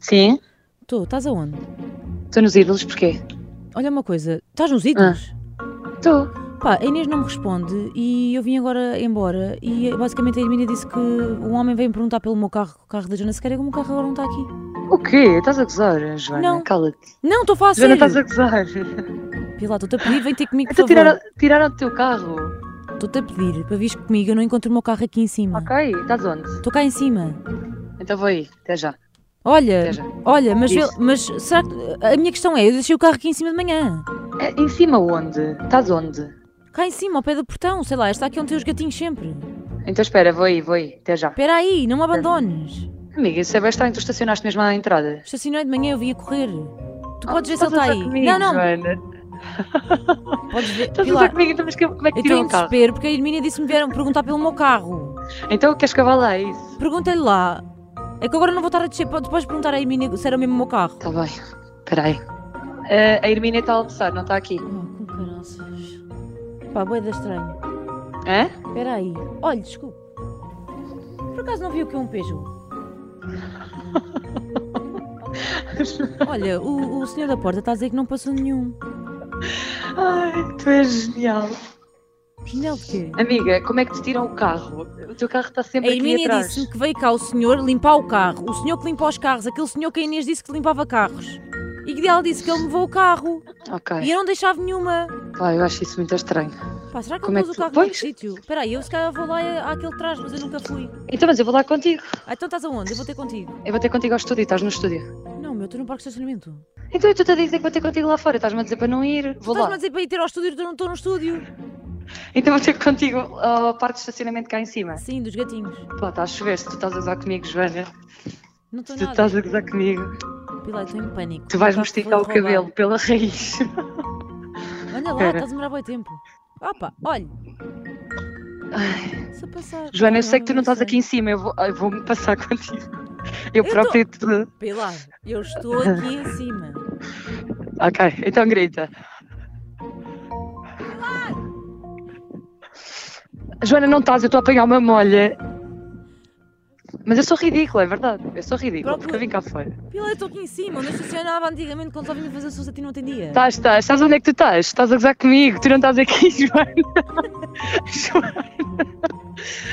Sim. Estou, estás aonde? Estou nos ídolos, porquê? Olha uma coisa, estás nos ídolos? Ah. Estou. Pá, a Inês não me responde e eu vim agora embora e basicamente a Hermínia disse que um homem veio me perguntar pelo meu carro, o carro da Joana Sequeira, como o carro agora não está aqui. O quê? Estás a gozar, Joana? Não. Cala-te. Não, estou a falar a Joana, sério. estás a gozar. Pilar, estou-te a pedir, vem ter comigo, por Então favor. tiraram, tiraram o teu carro. Estou-te a pedir para vires comigo, eu não encontro o meu carro aqui em cima. Ok, estás onde? Estou cá em cima. Então vou aí, até já. Olha, Até já. olha, mas, Isso. vê- mas será que. A minha questão é, eu deixei o carro aqui em cima de manhã. É, em cima onde? Estás onde? Cá em cima, ao pé do portão, sei lá, está aqui é onde tem os gatinhos sempre. Então espera, vou aí, vou aí, até já. Espera aí, não me abandones. Amiga, isso é bem estranho, tu estacionaste mesmo à entrada. Estacionei de manhã, eu vim a correr. Tu Ah, podes ver se estás ele está a aí. usar comigo, não, não, Joana. podes ver. Estás a Pilar, usar comigo, então mas que- como é eu que estou tirou em o carro? desespero porque a Hermínia disse-me vieram perguntar pelo meu carro. Então queres que eu vá lá, é isso? Pergunta-lhe lá. É que agora não vou estar a descer, pode- depois perguntar à Hermínia se era mesmo o meu carro. Está Tá bem, espera aí. Ah, a Hermínia está a almoçar, não está aqui. Oh, com caraças. Pá, boeda estranho. Hã? Espera aí. Olha, desculpe. Por acaso não viu o que é um Peugeot? Olha, o, o senhor da porta está a dizer que não passou nenhum. Ai, tu és genial. Genial de quê? Amiga, como é que te tiram o carro? O teu carro está A sempre aqui Hermínia atrás. disse-me que veio cá o senhor limpar o carro. O senhor que limpa os carros. Aquele senhor que a Inês disse que limpava carros. E que ela disse que ele levou o carro. E Ok, eu não deixava nenhuma. pá, eu acho isso muito estranho. Pá, será que Como ele é pôs que o tu- carro Pois. no sítio? Espera aí, eu se calhar vou lá à- àquele trás, mas eu nunca fui. Então, mas eu vou lá contigo. Ah, então estás aonde? Eu vou ter contigo. Eu vou ter contigo ao estúdio, estás no estúdio. Não, meu, estou no parque de estacionamento. Então eu estou-te a dizer que vou ter contigo lá fora, estás-me a dizer para não ir. Vou Estás-me lá. a dizer para ir ter ao estúdio, eu não estou no estúdio. Então vou ter contigo ao parque de estacionamento cá em cima. Sim, dos gatinhos. Pá, está a chover, se tu estás a usar comigo, Joana. Não estou Se tu nada. estás a gozar comigo, Pilar, estou em pânico. tu vais Cá me esticar o foi roubado. cabelo pela raiz. Olha lá, Espera. estás a demorar bem tempo. Opa, olha. Ai, Se eu passar. Joana, Ah, eu sei que tu não estás sei. aqui em cima, eu vou- eu vou-me passar contigo. Eu tô- própria te. Pilar, eu estou aqui em cima. Ok, então grita. Joana, não estás, eu estou a apanhar uma molha. Mas eu sou ridícula, é verdade. Eu sou ridícula, Procura. porque eu vim cá fora. Pilar, eu estou aqui em cima, onde eu estacionava antigamente quando só vinha fazer sucesso a ti não atendia. Estás, estás, estás onde é que tu estás? Estás a gozar comigo, tu não estás aqui, Joana. Joana,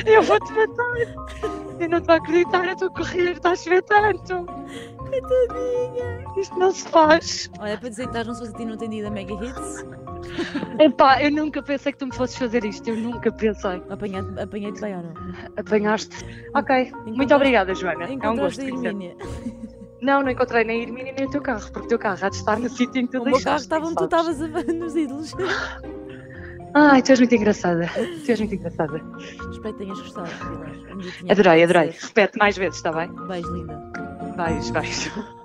eu vou-te matar. Eu não estou a acreditar, eu estou a correr, estás a ver tanto. Coitadinha. Isto não se faz. Olha, é para dizer que estás num sucesso a ti não atendia da Mega Hits, Epá, eu nunca pensei que tu me fosses fazer isto, eu nunca pensei. apanhei-te apanhei bem ou não? Apanhaste. Ok, Encontraste- muito obrigada, Joana. É um Encontraste gosto. a conhecer-te. Hermínia. Não, não encontrei nem a Irmina nem o teu carro, porque o teu carro há de estar no sítio em que tu O meu carro deixaste. estava onde tu sabes? estavas a- nos ídolos. Ai, tu és muito engraçada. Tu és muito engraçada. Espero que tenhas gostado, Pilar. Um dia tinha que Adorei, adorei. acontecer. Repete mais vezes, está bem? Beijo, linda. Vais, vais.